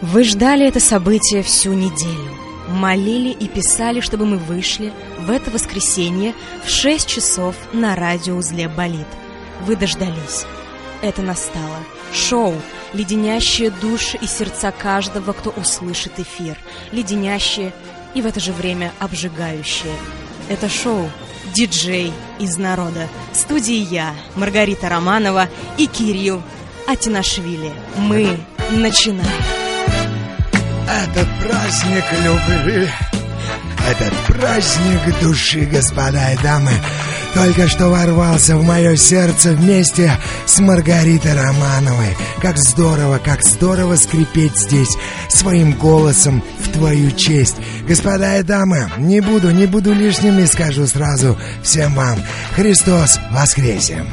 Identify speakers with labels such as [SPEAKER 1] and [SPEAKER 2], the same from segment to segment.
[SPEAKER 1] Вы ждали это событие всю неделю. Молили и писали, чтобы мы вышли в это воскресенье в 6 часов на радиоузле «Болит». Вы дождались. Это настало. Шоу, леденящее души и сердца каждого, кто услышит эфир. Леденящее и в это же время обжигающее. Это шоу «Диджей из народа». В студии я, Маргарита Романова и Кирилл Атинашвили. Мы начинаем.
[SPEAKER 2] Этот праздник любви, этот праздник души, господа и дамы, только что ворвался в мое сердце вместе с Маргаритой Романовой. Как здорово, как здорово скрипеть здесь своим голосом в твою честь. Господа и дамы, не буду, не буду лишним и скажу сразу всем вам, Христос воскресе!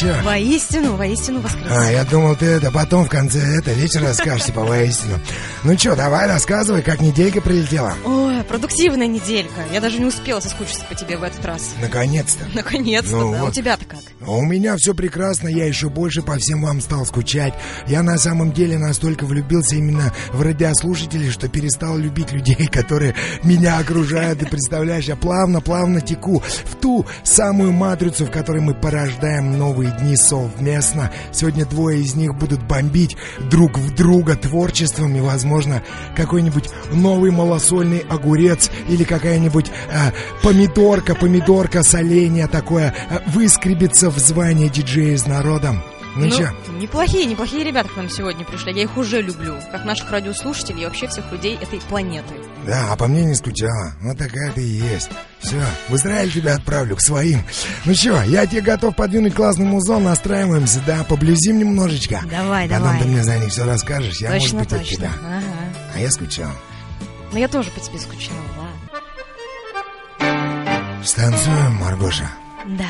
[SPEAKER 2] Чё?
[SPEAKER 1] Воистину, воистину воскрес.
[SPEAKER 2] А, я думал, ты это потом в конце это вечера расскажешь, типа, воистину. Ну чё, давай рассказывай, как неделька прилетела.
[SPEAKER 1] Ой, продуктивная неделька. Я даже не успела соскучиться по тебе в этот раз.
[SPEAKER 2] Наконец-то.
[SPEAKER 1] Наконец-то,
[SPEAKER 2] Ну
[SPEAKER 1] да. У
[SPEAKER 2] вот.
[SPEAKER 1] тебя-то как?
[SPEAKER 2] А у меня все прекрасно, я еще больше по всем вам стал скучать. Я на самом деле настолько влюбился именно в радиослушателей, что перестал любить людей, которые меня окружают. Ты представляешь, я плавно-плавно теку в ту самую матрицу, в которой мы порождаем новые дни совместно. Сегодня двое из них будут бомбить друг в друга творчеством и, возможно, какой-нибудь новый малосольный огурец или какая-нибудь э, помидорка, помидорка, соленье такое э, выскребется в звание диджея с народом. Ну, чё?
[SPEAKER 1] неплохие, неплохие ребята к нам сегодня пришли. Я их уже люблю. Как наших радиослушателей и вообще всех людей этой планеты.
[SPEAKER 2] Да, а по мне не скучала. Вот такая ты и есть. Все, в Израиль тебя отправлю к своим. Ну чё, я тебе готов подвинуть классный музон, настраиваемся, да, поблизим немножечко.
[SPEAKER 1] Давай,
[SPEAKER 2] Потом
[SPEAKER 1] давай.
[SPEAKER 2] ты мне за них все расскажешь, я,
[SPEAKER 1] точно,
[SPEAKER 2] может быть, от
[SPEAKER 1] точно.
[SPEAKER 2] тебя.
[SPEAKER 1] Ага.
[SPEAKER 2] А я скучал.
[SPEAKER 1] Ну я тоже по тебе скучала, ладно.
[SPEAKER 2] Станцуем, Маргоша.
[SPEAKER 1] Да.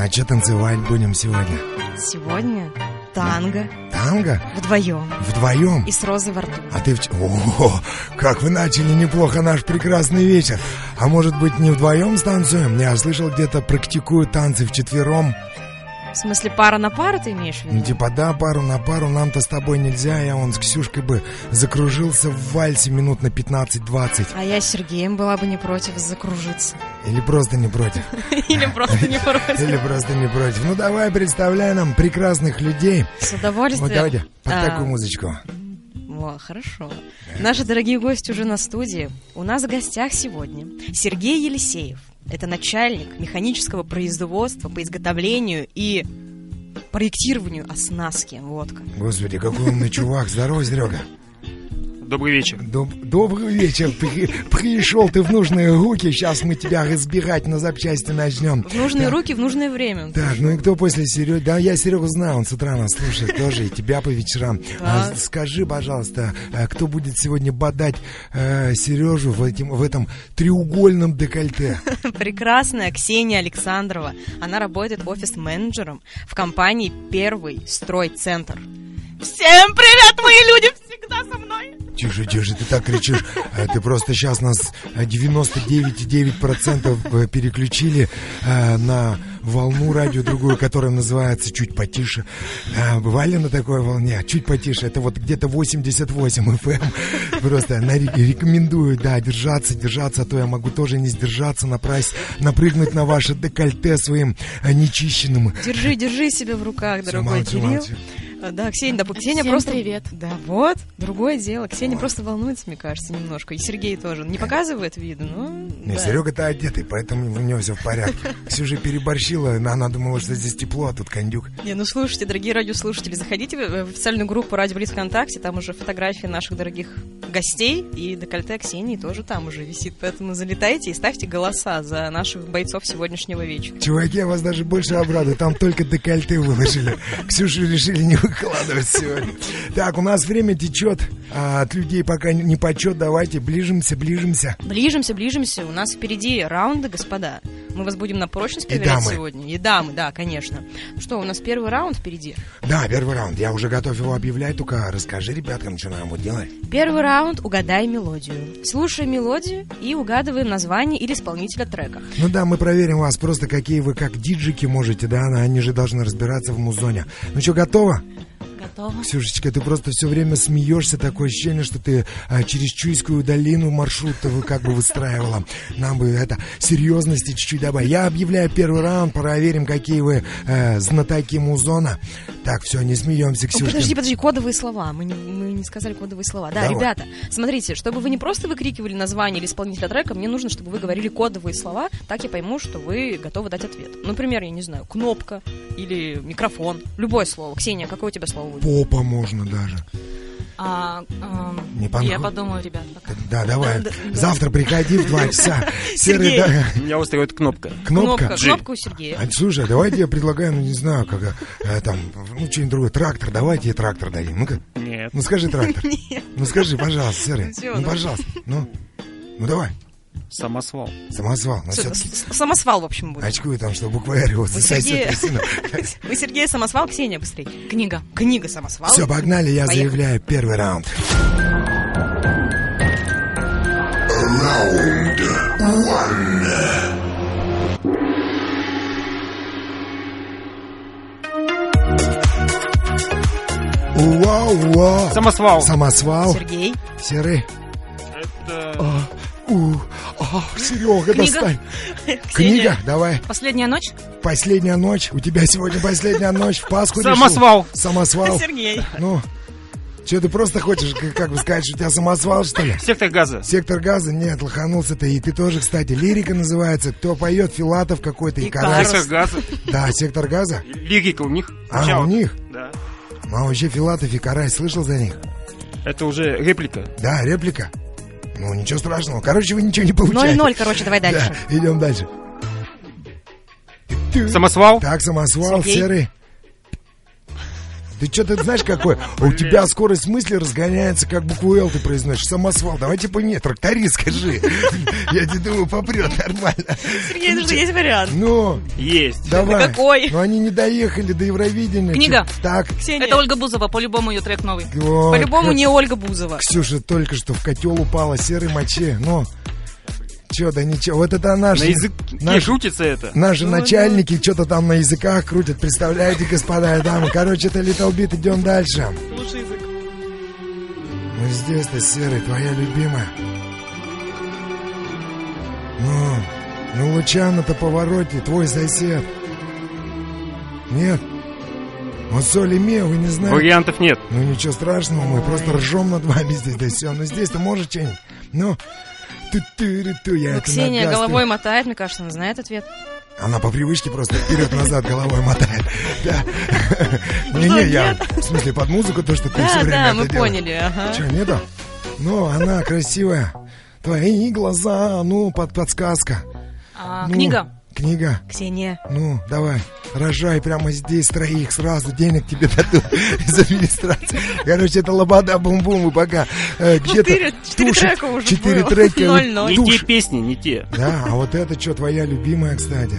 [SPEAKER 2] А что танцевать будем сегодня?
[SPEAKER 1] Сегодня танго
[SPEAKER 2] Танго?
[SPEAKER 1] вдвоем
[SPEAKER 2] Вдвоем?
[SPEAKER 1] и с розой во рту.
[SPEAKER 2] А ты в... ч- О, как вы начали неплохо наш прекрасный вечер. А может быть, не вдвоем станцуем? Я слышал, где-то практикуют танцы вчетвером.
[SPEAKER 1] В смысле, пара на пару ты имеешь в
[SPEAKER 2] Ну,
[SPEAKER 1] виду?
[SPEAKER 2] типа, да, пару на пару, нам-то с тобой нельзя. Я он с Ксюшкой бы закружился в вальсе минут на 15-20.
[SPEAKER 1] А я с Сергеем была бы не против закружиться.
[SPEAKER 2] Или просто не против.
[SPEAKER 1] Или просто не против.
[SPEAKER 2] Или просто не против. Ну, давай, представляй нам прекрасных людей.
[SPEAKER 1] С
[SPEAKER 2] Вот
[SPEAKER 1] удовольствием.
[SPEAKER 2] давайте, под
[SPEAKER 1] А,
[SPEAKER 2] такую музычку.
[SPEAKER 1] О, хорошо. Наши дорогие гости уже на студии. У нас в гостях сегодня Сергей Елисеев. Это начальник механического производства по изготовлению и проектированию оснастки. Вот как.
[SPEAKER 2] Господи, какой умный чувак. Здорово, Серега.
[SPEAKER 3] Добрый вечер.
[SPEAKER 2] Доб- добрый вечер. При- пришел ты в нужные руки. Сейчас мы тебя разбирать на запчасти начнем.
[SPEAKER 1] В нужные
[SPEAKER 2] Да.
[SPEAKER 1] руки, в нужное время.
[SPEAKER 2] Так, ну и кто после Сереги? Да, я Серегу знаю, он с утра нас слушает тоже, и тебя по вечерам. А
[SPEAKER 1] Да.
[SPEAKER 2] с- скажи, пожалуйста, э, кто будет сегодня бодать э, Сережу в, этим, в этом треугольном декольте?
[SPEAKER 1] Прекрасная Ксения Александрова. Она работает офис-менеджером в компании «Первый стройцентр». Всем привет, мои люди! Всегда со мной!
[SPEAKER 2] Тише, тише, ты так кричишь. Э, Ты просто сейчас нас э, 99,9% э, переключили э, на волну радио другую, которая называется «Чуть потише». Да, бывали на такой волне? «Чуть потише» — это вот где-то 88 FM. эм. Просто на- рекомендую, да, держаться, держаться, а то я могу тоже не сдержаться, напрасть, напрыгнуть на ваше декольте своим э, нечищенным.
[SPEAKER 1] Держи, держи себя в руках,
[SPEAKER 2] Всё,
[SPEAKER 1] дорогой
[SPEAKER 2] молчу,
[SPEAKER 1] Кирилл.
[SPEAKER 2] молчу.
[SPEAKER 1] А, Да, Ксения, да, б- Ксения
[SPEAKER 4] Всем
[SPEAKER 1] просто...
[SPEAKER 4] привет.
[SPEAKER 1] Да, вот, другое дело. Ксения просто волнуется, мне кажется, немножко. И Сергей тоже. Не показывает виду, но...
[SPEAKER 2] Не,
[SPEAKER 1] да.
[SPEAKER 2] Серега-то одетый, поэтому у него все в порядке. Ксюша переборщила, она, она думала, что здесь тепло, а тут кондюк.
[SPEAKER 1] Не, ну слушайте, дорогие радиослушатели, заходите в в официальную группу Радио Близ ВКонтакте, там уже фотографии наших дорогих гостей, и декольте Ксении тоже там уже висит. Поэтому залетайте и ставьте голоса за наших бойцов сегодняшнего вечера.
[SPEAKER 2] Чуваки, я вас даже больше обрадую, там только декольте выложили. Ксюшу решили не выкладывать сегодня. Так, у нас время течет, а от людей пока не почет, давайте ближимся, ближимся.
[SPEAKER 1] Ближимся, ближимся, у нас впереди раунды, господа. Мы вас будем на прочность
[SPEAKER 2] И
[SPEAKER 1] проверять
[SPEAKER 2] дамы.
[SPEAKER 1] сегодня. И дамы, да, конечно. Ну Что, у нас первый раунд впереди?
[SPEAKER 2] Да, первый раунд, я уже готов его объявлять, только расскажи ребяткам, что нам вот делать.
[SPEAKER 1] Первый раунд «Угадай мелодию». Слушай мелодию и угадываем название или исполнителя трека.
[SPEAKER 2] Ну да, мы проверим вас просто, какие вы как диджики можете, да, они же должны разбираться в музоне. Ну что, готово?
[SPEAKER 5] Что?
[SPEAKER 2] Ксюшечка, ты просто все время смеешься, такое ощущение, что ты а, через Чуйскую долину маршрут-то вы как бы выстраивала. Нам бы это серьезности чуть-чуть добавить. Я объявляю первый раунд, проверим, какие вы э, знатоки музона. Так, все, не смеемся,
[SPEAKER 5] О,
[SPEAKER 2] Ксюшка.
[SPEAKER 5] Ну, подожди, подожди, кодовые слова. Мы не, мы не сказали кодовые слова. Да,
[SPEAKER 2] Давай.
[SPEAKER 5] ребята, смотрите, чтобы вы не просто выкрикивали название или исполнителя трека, мне нужно, чтобы вы говорили кодовые слова, так я пойму, что вы готовы дать ответ. Например, я не знаю, кнопка или микрофон. Любое слово. Ксения, какое у тебя слово будет?
[SPEAKER 2] Попа можно даже.
[SPEAKER 4] А, эм,
[SPEAKER 2] Не понравилось.
[SPEAKER 4] я подумаю, ребят, пока.
[SPEAKER 2] Да, давай.
[SPEAKER 5] Да, да.
[SPEAKER 2] Завтра приходи в два часа.
[SPEAKER 5] Сергей.
[SPEAKER 2] Серый, да,
[SPEAKER 3] Меня устраивает кнопка.
[SPEAKER 2] кнопка.
[SPEAKER 5] Кнопка, кнопка у Сергея.
[SPEAKER 2] А, Слушай, а давайте я предлагаю, ну не знаю, как э, там, ну что-нибудь другое. Трактор, давайте трактор дадим. Ну-ка,
[SPEAKER 3] Нет.
[SPEAKER 2] ну скажи трактор.
[SPEAKER 5] Нет.
[SPEAKER 2] Ну скажи, пожалуйста, Серый.
[SPEAKER 5] Всё,
[SPEAKER 2] Ну
[SPEAKER 5] ну.
[SPEAKER 2] пожалуйста. Ну. Ну давай.
[SPEAKER 3] Самосвал.
[SPEAKER 2] Самозвал. Ну,
[SPEAKER 5] Всё,
[SPEAKER 2] всё-таки
[SPEAKER 5] с- с- Самосвал, в общем, будет. Ну,
[SPEAKER 2] Очкую там, что букварь его
[SPEAKER 5] Сергея.
[SPEAKER 2] засосет трясину.
[SPEAKER 5] Вы Сергей самосвал, Ксения, быстрее.
[SPEAKER 4] Книга.
[SPEAKER 5] Книга самосвал.
[SPEAKER 2] Все, погнали, я
[SPEAKER 5] Поехали.
[SPEAKER 2] заявляю первый раунд. Раунд Вау, вау.
[SPEAKER 3] Самосвал.
[SPEAKER 2] Самосвал.
[SPEAKER 5] Сергей.
[SPEAKER 2] Серый.
[SPEAKER 3] Это...
[SPEAKER 2] А, у, а, Серега,
[SPEAKER 4] Книга.
[SPEAKER 2] достань.
[SPEAKER 5] Ксения.
[SPEAKER 2] Книга, давай.
[SPEAKER 4] Последняя ночь?
[SPEAKER 2] Последняя ночь. У тебя сегодня последняя ночь. В Пасху решил?
[SPEAKER 3] Самосвал.
[SPEAKER 2] Самосвал.
[SPEAKER 5] Сергей.
[SPEAKER 2] Ну, что ты просто хочешь, как, как бы сказать, что у тебя самосвал, что ли?
[SPEAKER 3] Сектор газа.
[SPEAKER 2] Сектор газа? Нет, лоханулся ты. И ты тоже, кстати, лирика называется. Кто поет, Филатов какой-то и
[SPEAKER 5] И Карась.
[SPEAKER 2] Карась.
[SPEAKER 3] Сектор газа.
[SPEAKER 2] Да, сектор газа.
[SPEAKER 3] Лирика у них.
[SPEAKER 2] А,
[SPEAKER 3] Начало.
[SPEAKER 2] у них?
[SPEAKER 3] Да.
[SPEAKER 2] Ну, а вообще Филатов и Карась, слышал за них?
[SPEAKER 3] Это уже реплика.
[SPEAKER 2] Да, реплика? Ну, ничего страшного. Короче, вы ничего не получаете.
[SPEAKER 5] 0-0, короче, давай
[SPEAKER 2] Да,
[SPEAKER 5] дальше.
[SPEAKER 2] идем дальше. Ты-
[SPEAKER 3] Самосвал.
[SPEAKER 2] Так, самосвал,
[SPEAKER 5] Сергей.
[SPEAKER 2] серый. Ты что, ты знаешь какой? У тебя скорость мысли разгоняется, как букву «Л» ты произносишь. Самосвал, давайте по мне, тракторист, скажи. Я тебе думаю, попрет нормально.
[SPEAKER 5] Сергей, ну что, есть вариант.
[SPEAKER 2] Ну,
[SPEAKER 3] Есть.
[SPEAKER 2] давай.
[SPEAKER 5] какой?
[SPEAKER 2] Ну, они не доехали до Евровидения.
[SPEAKER 4] Книга.
[SPEAKER 2] Чё- Так.
[SPEAKER 5] Ксения.
[SPEAKER 4] Это Ольга Бузова, по-любому ее трек новый.
[SPEAKER 2] вот.
[SPEAKER 5] По-любому не Ольга Бузова.
[SPEAKER 2] Ксюша только что в котел упала, серый мочи. Ну, Че, да ничего. Вот это наш...
[SPEAKER 3] На языке
[SPEAKER 2] наш-
[SPEAKER 3] шутится это.
[SPEAKER 2] Наши
[SPEAKER 5] Ну,
[SPEAKER 2] начальники что-то там на языках крутят, представляете, господа и дамы. Короче, это Little Bit, идем дальше. Ну здесь ты, Серый, твоя любимая. Ну, ну Лучано-то повороте, твой сосед. Нет? Вот соль и мия, вы не знаете.
[SPEAKER 3] Вариантов нет.
[SPEAKER 2] Ну ничего страшного, мы просто ржем над вами здесь, да все. Ну здесь ты можешь что-нибудь? Ну, ту-ту-ру-ту, я
[SPEAKER 5] Ну,
[SPEAKER 2] это
[SPEAKER 5] Ксения
[SPEAKER 2] нагаз, ты-
[SPEAKER 5] головой мотает, мне кажется, она знает ответ.
[SPEAKER 2] она по привычке просто вперед-назад головой мотает. Да. Не-не, я в смысле под музыку то, что ты все
[SPEAKER 5] Да,
[SPEAKER 2] время
[SPEAKER 5] да,
[SPEAKER 2] это
[SPEAKER 5] мы
[SPEAKER 2] делаешь.
[SPEAKER 5] поняли. ага.
[SPEAKER 2] Че, нету? Ну, она красивая. Твои глаза, ну, под подсказка.
[SPEAKER 4] А,
[SPEAKER 2] Ну,
[SPEAKER 4] Книга.
[SPEAKER 2] Книга.
[SPEAKER 5] Ксения.
[SPEAKER 2] Ну, давай, рожай прямо здесь троих сразу, денег тебе дадут из администрации. Короче, это лобода бум-бум и пока э, где-то
[SPEAKER 5] Ну, Четыре- четыре
[SPEAKER 2] тушит.
[SPEAKER 5] трека уже
[SPEAKER 2] Четыре
[SPEAKER 5] было.
[SPEAKER 2] трека. вот
[SPEAKER 5] Ноль-ноль.
[SPEAKER 3] Не
[SPEAKER 2] тушит.
[SPEAKER 3] те песни, не те.
[SPEAKER 2] Да, а вот это что, твоя любимая, кстати?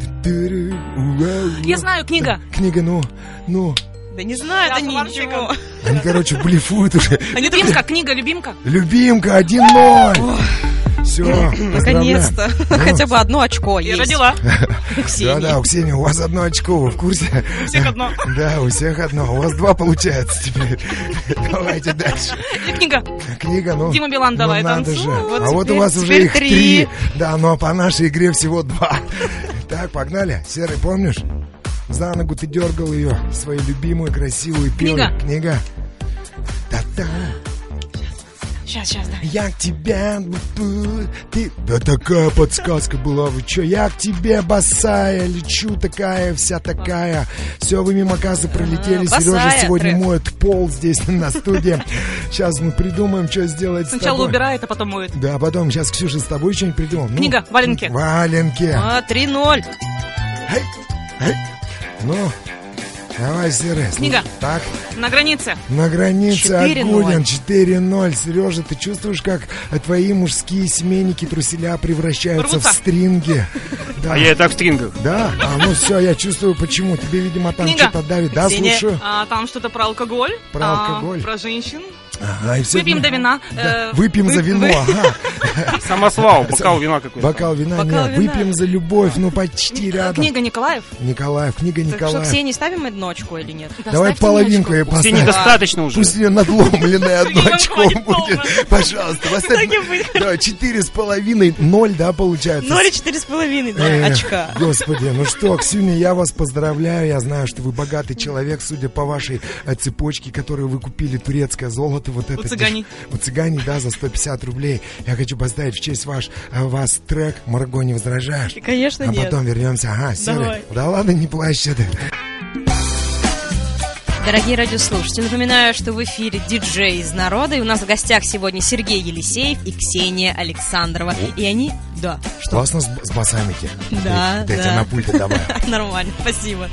[SPEAKER 2] Ту-ту-ру, уау,
[SPEAKER 4] Я
[SPEAKER 2] ну.
[SPEAKER 4] знаю, книга.
[SPEAKER 2] Книга, ну, ну.
[SPEAKER 5] Да не знаю, это
[SPEAKER 4] Я помолчу.
[SPEAKER 5] ничего.
[SPEAKER 2] Они, короче, блефуют уже.
[SPEAKER 4] Любимка, книга, любимка.
[SPEAKER 2] Любимка, 1-0. Все,
[SPEAKER 5] Наконец-то.
[SPEAKER 2] Ну,
[SPEAKER 5] Хотя бы одно очко
[SPEAKER 4] Я
[SPEAKER 5] есть.
[SPEAKER 4] родила.
[SPEAKER 5] у Ксении.
[SPEAKER 2] Да, да, у Ксении, у вас одно очко, вы в курсе?
[SPEAKER 4] Всех одно.
[SPEAKER 2] Да, у всех одно. У вас два получается теперь. Давайте дальше.
[SPEAKER 4] И Книга.
[SPEAKER 2] Книга, ну.
[SPEAKER 4] Дима Билан,
[SPEAKER 2] ну,
[SPEAKER 4] давай,
[SPEAKER 2] надо
[SPEAKER 4] танцуй.
[SPEAKER 2] же.
[SPEAKER 5] Вот
[SPEAKER 2] а вот у
[SPEAKER 5] теперь-
[SPEAKER 2] вас уже
[SPEAKER 5] теперь
[SPEAKER 2] их
[SPEAKER 5] три.
[SPEAKER 2] три. Да, но по нашей игре всего два. Так, погнали. Серый, помнишь? За ногу ты дергал ее, свою любимую, красивую и пел.
[SPEAKER 4] Книга.
[SPEAKER 2] Книга. Та-та,
[SPEAKER 4] Сейчас, сейчас, да.
[SPEAKER 2] я к тебе... бу-бу, Ты... Да такая подсказка была, вы чё? Я к тебе босая, лечу такая, вся такая. Все, вы мимо кассы пролетели.
[SPEAKER 5] А,
[SPEAKER 2] Сережа
[SPEAKER 5] босая,
[SPEAKER 2] сегодня
[SPEAKER 5] трэп.
[SPEAKER 2] моет пол здесь на студии. Сейчас мы придумаем, что сделать с
[SPEAKER 4] Сначала
[SPEAKER 2] тобой.
[SPEAKER 4] убирает, а потом моет.
[SPEAKER 2] Да, потом сейчас Ксюша с тобой что-нибудь придумал. Ну,
[SPEAKER 4] Книга, валенки.
[SPEAKER 2] Валенки.
[SPEAKER 5] А, 3-0.
[SPEAKER 2] Эй, эй. Ну, давай, Серый.
[SPEAKER 4] Книга.
[SPEAKER 2] Так,
[SPEAKER 4] На границе.
[SPEAKER 2] на границе
[SPEAKER 5] 4:0.
[SPEAKER 2] Агудин 4-0. Сережа, ты чувствуешь, как твои мужские семейники труселя превращаются
[SPEAKER 4] Рвутся.
[SPEAKER 2] в стринги? Да.
[SPEAKER 3] А я и так в стрингах.
[SPEAKER 2] Да, а ну все, я чувствую, почему. Тебе, видимо, там
[SPEAKER 4] Книга.
[SPEAKER 2] что-то давит. Да,
[SPEAKER 5] Ксения.
[SPEAKER 2] слушаю.
[SPEAKER 4] А, там что-то про алкоголь.
[SPEAKER 2] Про
[SPEAKER 4] А,
[SPEAKER 2] алкоголь.
[SPEAKER 4] Про женщин.
[SPEAKER 2] Ага, и все.
[SPEAKER 4] Выпьем до вина. э,
[SPEAKER 2] Выпьем за
[SPEAKER 4] вы-
[SPEAKER 2] вино,
[SPEAKER 4] вы-
[SPEAKER 2] ага.
[SPEAKER 3] Самосвал, бокал вина какой-то.
[SPEAKER 2] Бокал вина,
[SPEAKER 1] Бокал
[SPEAKER 2] нет,
[SPEAKER 1] вина.
[SPEAKER 2] выпьем за любовь, ну почти рядом.
[SPEAKER 4] Книга Николаев.
[SPEAKER 2] Николаев, книга
[SPEAKER 1] Так что,
[SPEAKER 2] Николаев.
[SPEAKER 1] Ксении, ставим одиночку или нет?
[SPEAKER 2] Давай
[SPEAKER 1] ставьте
[SPEAKER 2] половинку я
[SPEAKER 1] одиночку.
[SPEAKER 3] Все
[SPEAKER 2] поставлю.
[SPEAKER 3] недостаточно уже.
[SPEAKER 2] Пусть ее надломленное одно
[SPEAKER 4] Ему
[SPEAKER 2] очко будет.
[SPEAKER 4] хватит полного.
[SPEAKER 2] Пожалуйста, поставь. Да, четыре с половиной, ноль, да, получается?
[SPEAKER 1] Ноль и четыре с половиной, да,
[SPEAKER 2] Э,
[SPEAKER 1] очка.
[SPEAKER 2] Господи, ну что, Ксюня, я вас поздравляю. Я знаю, что вы богатый человек, судя по вашей э, цепочке, которую вы купили, турецкое золото. Вот это
[SPEAKER 4] цыганей.
[SPEAKER 2] деш- У цыгане, да, за 150 рублей. Я хочу поставить в честь ваш, э, вас трек. Марго, не возражаешь?
[SPEAKER 1] Конечно,
[SPEAKER 2] А
[SPEAKER 1] нет.
[SPEAKER 2] потом вернемся. Ага, серый.
[SPEAKER 1] Давай.
[SPEAKER 2] Да ладно, не плачь это.
[SPEAKER 1] Дорогие радиослушатели, напоминаю, что в эфире диджей из народа, и у нас в гостях сегодня Сергей Елисеев и Ксения Александрова. И они... Да, что?
[SPEAKER 2] Классно с, с басами-те.
[SPEAKER 1] Да,
[SPEAKER 2] Вот эти
[SPEAKER 1] да.
[SPEAKER 2] на пульте добавил.
[SPEAKER 1] Нормально, спасибо.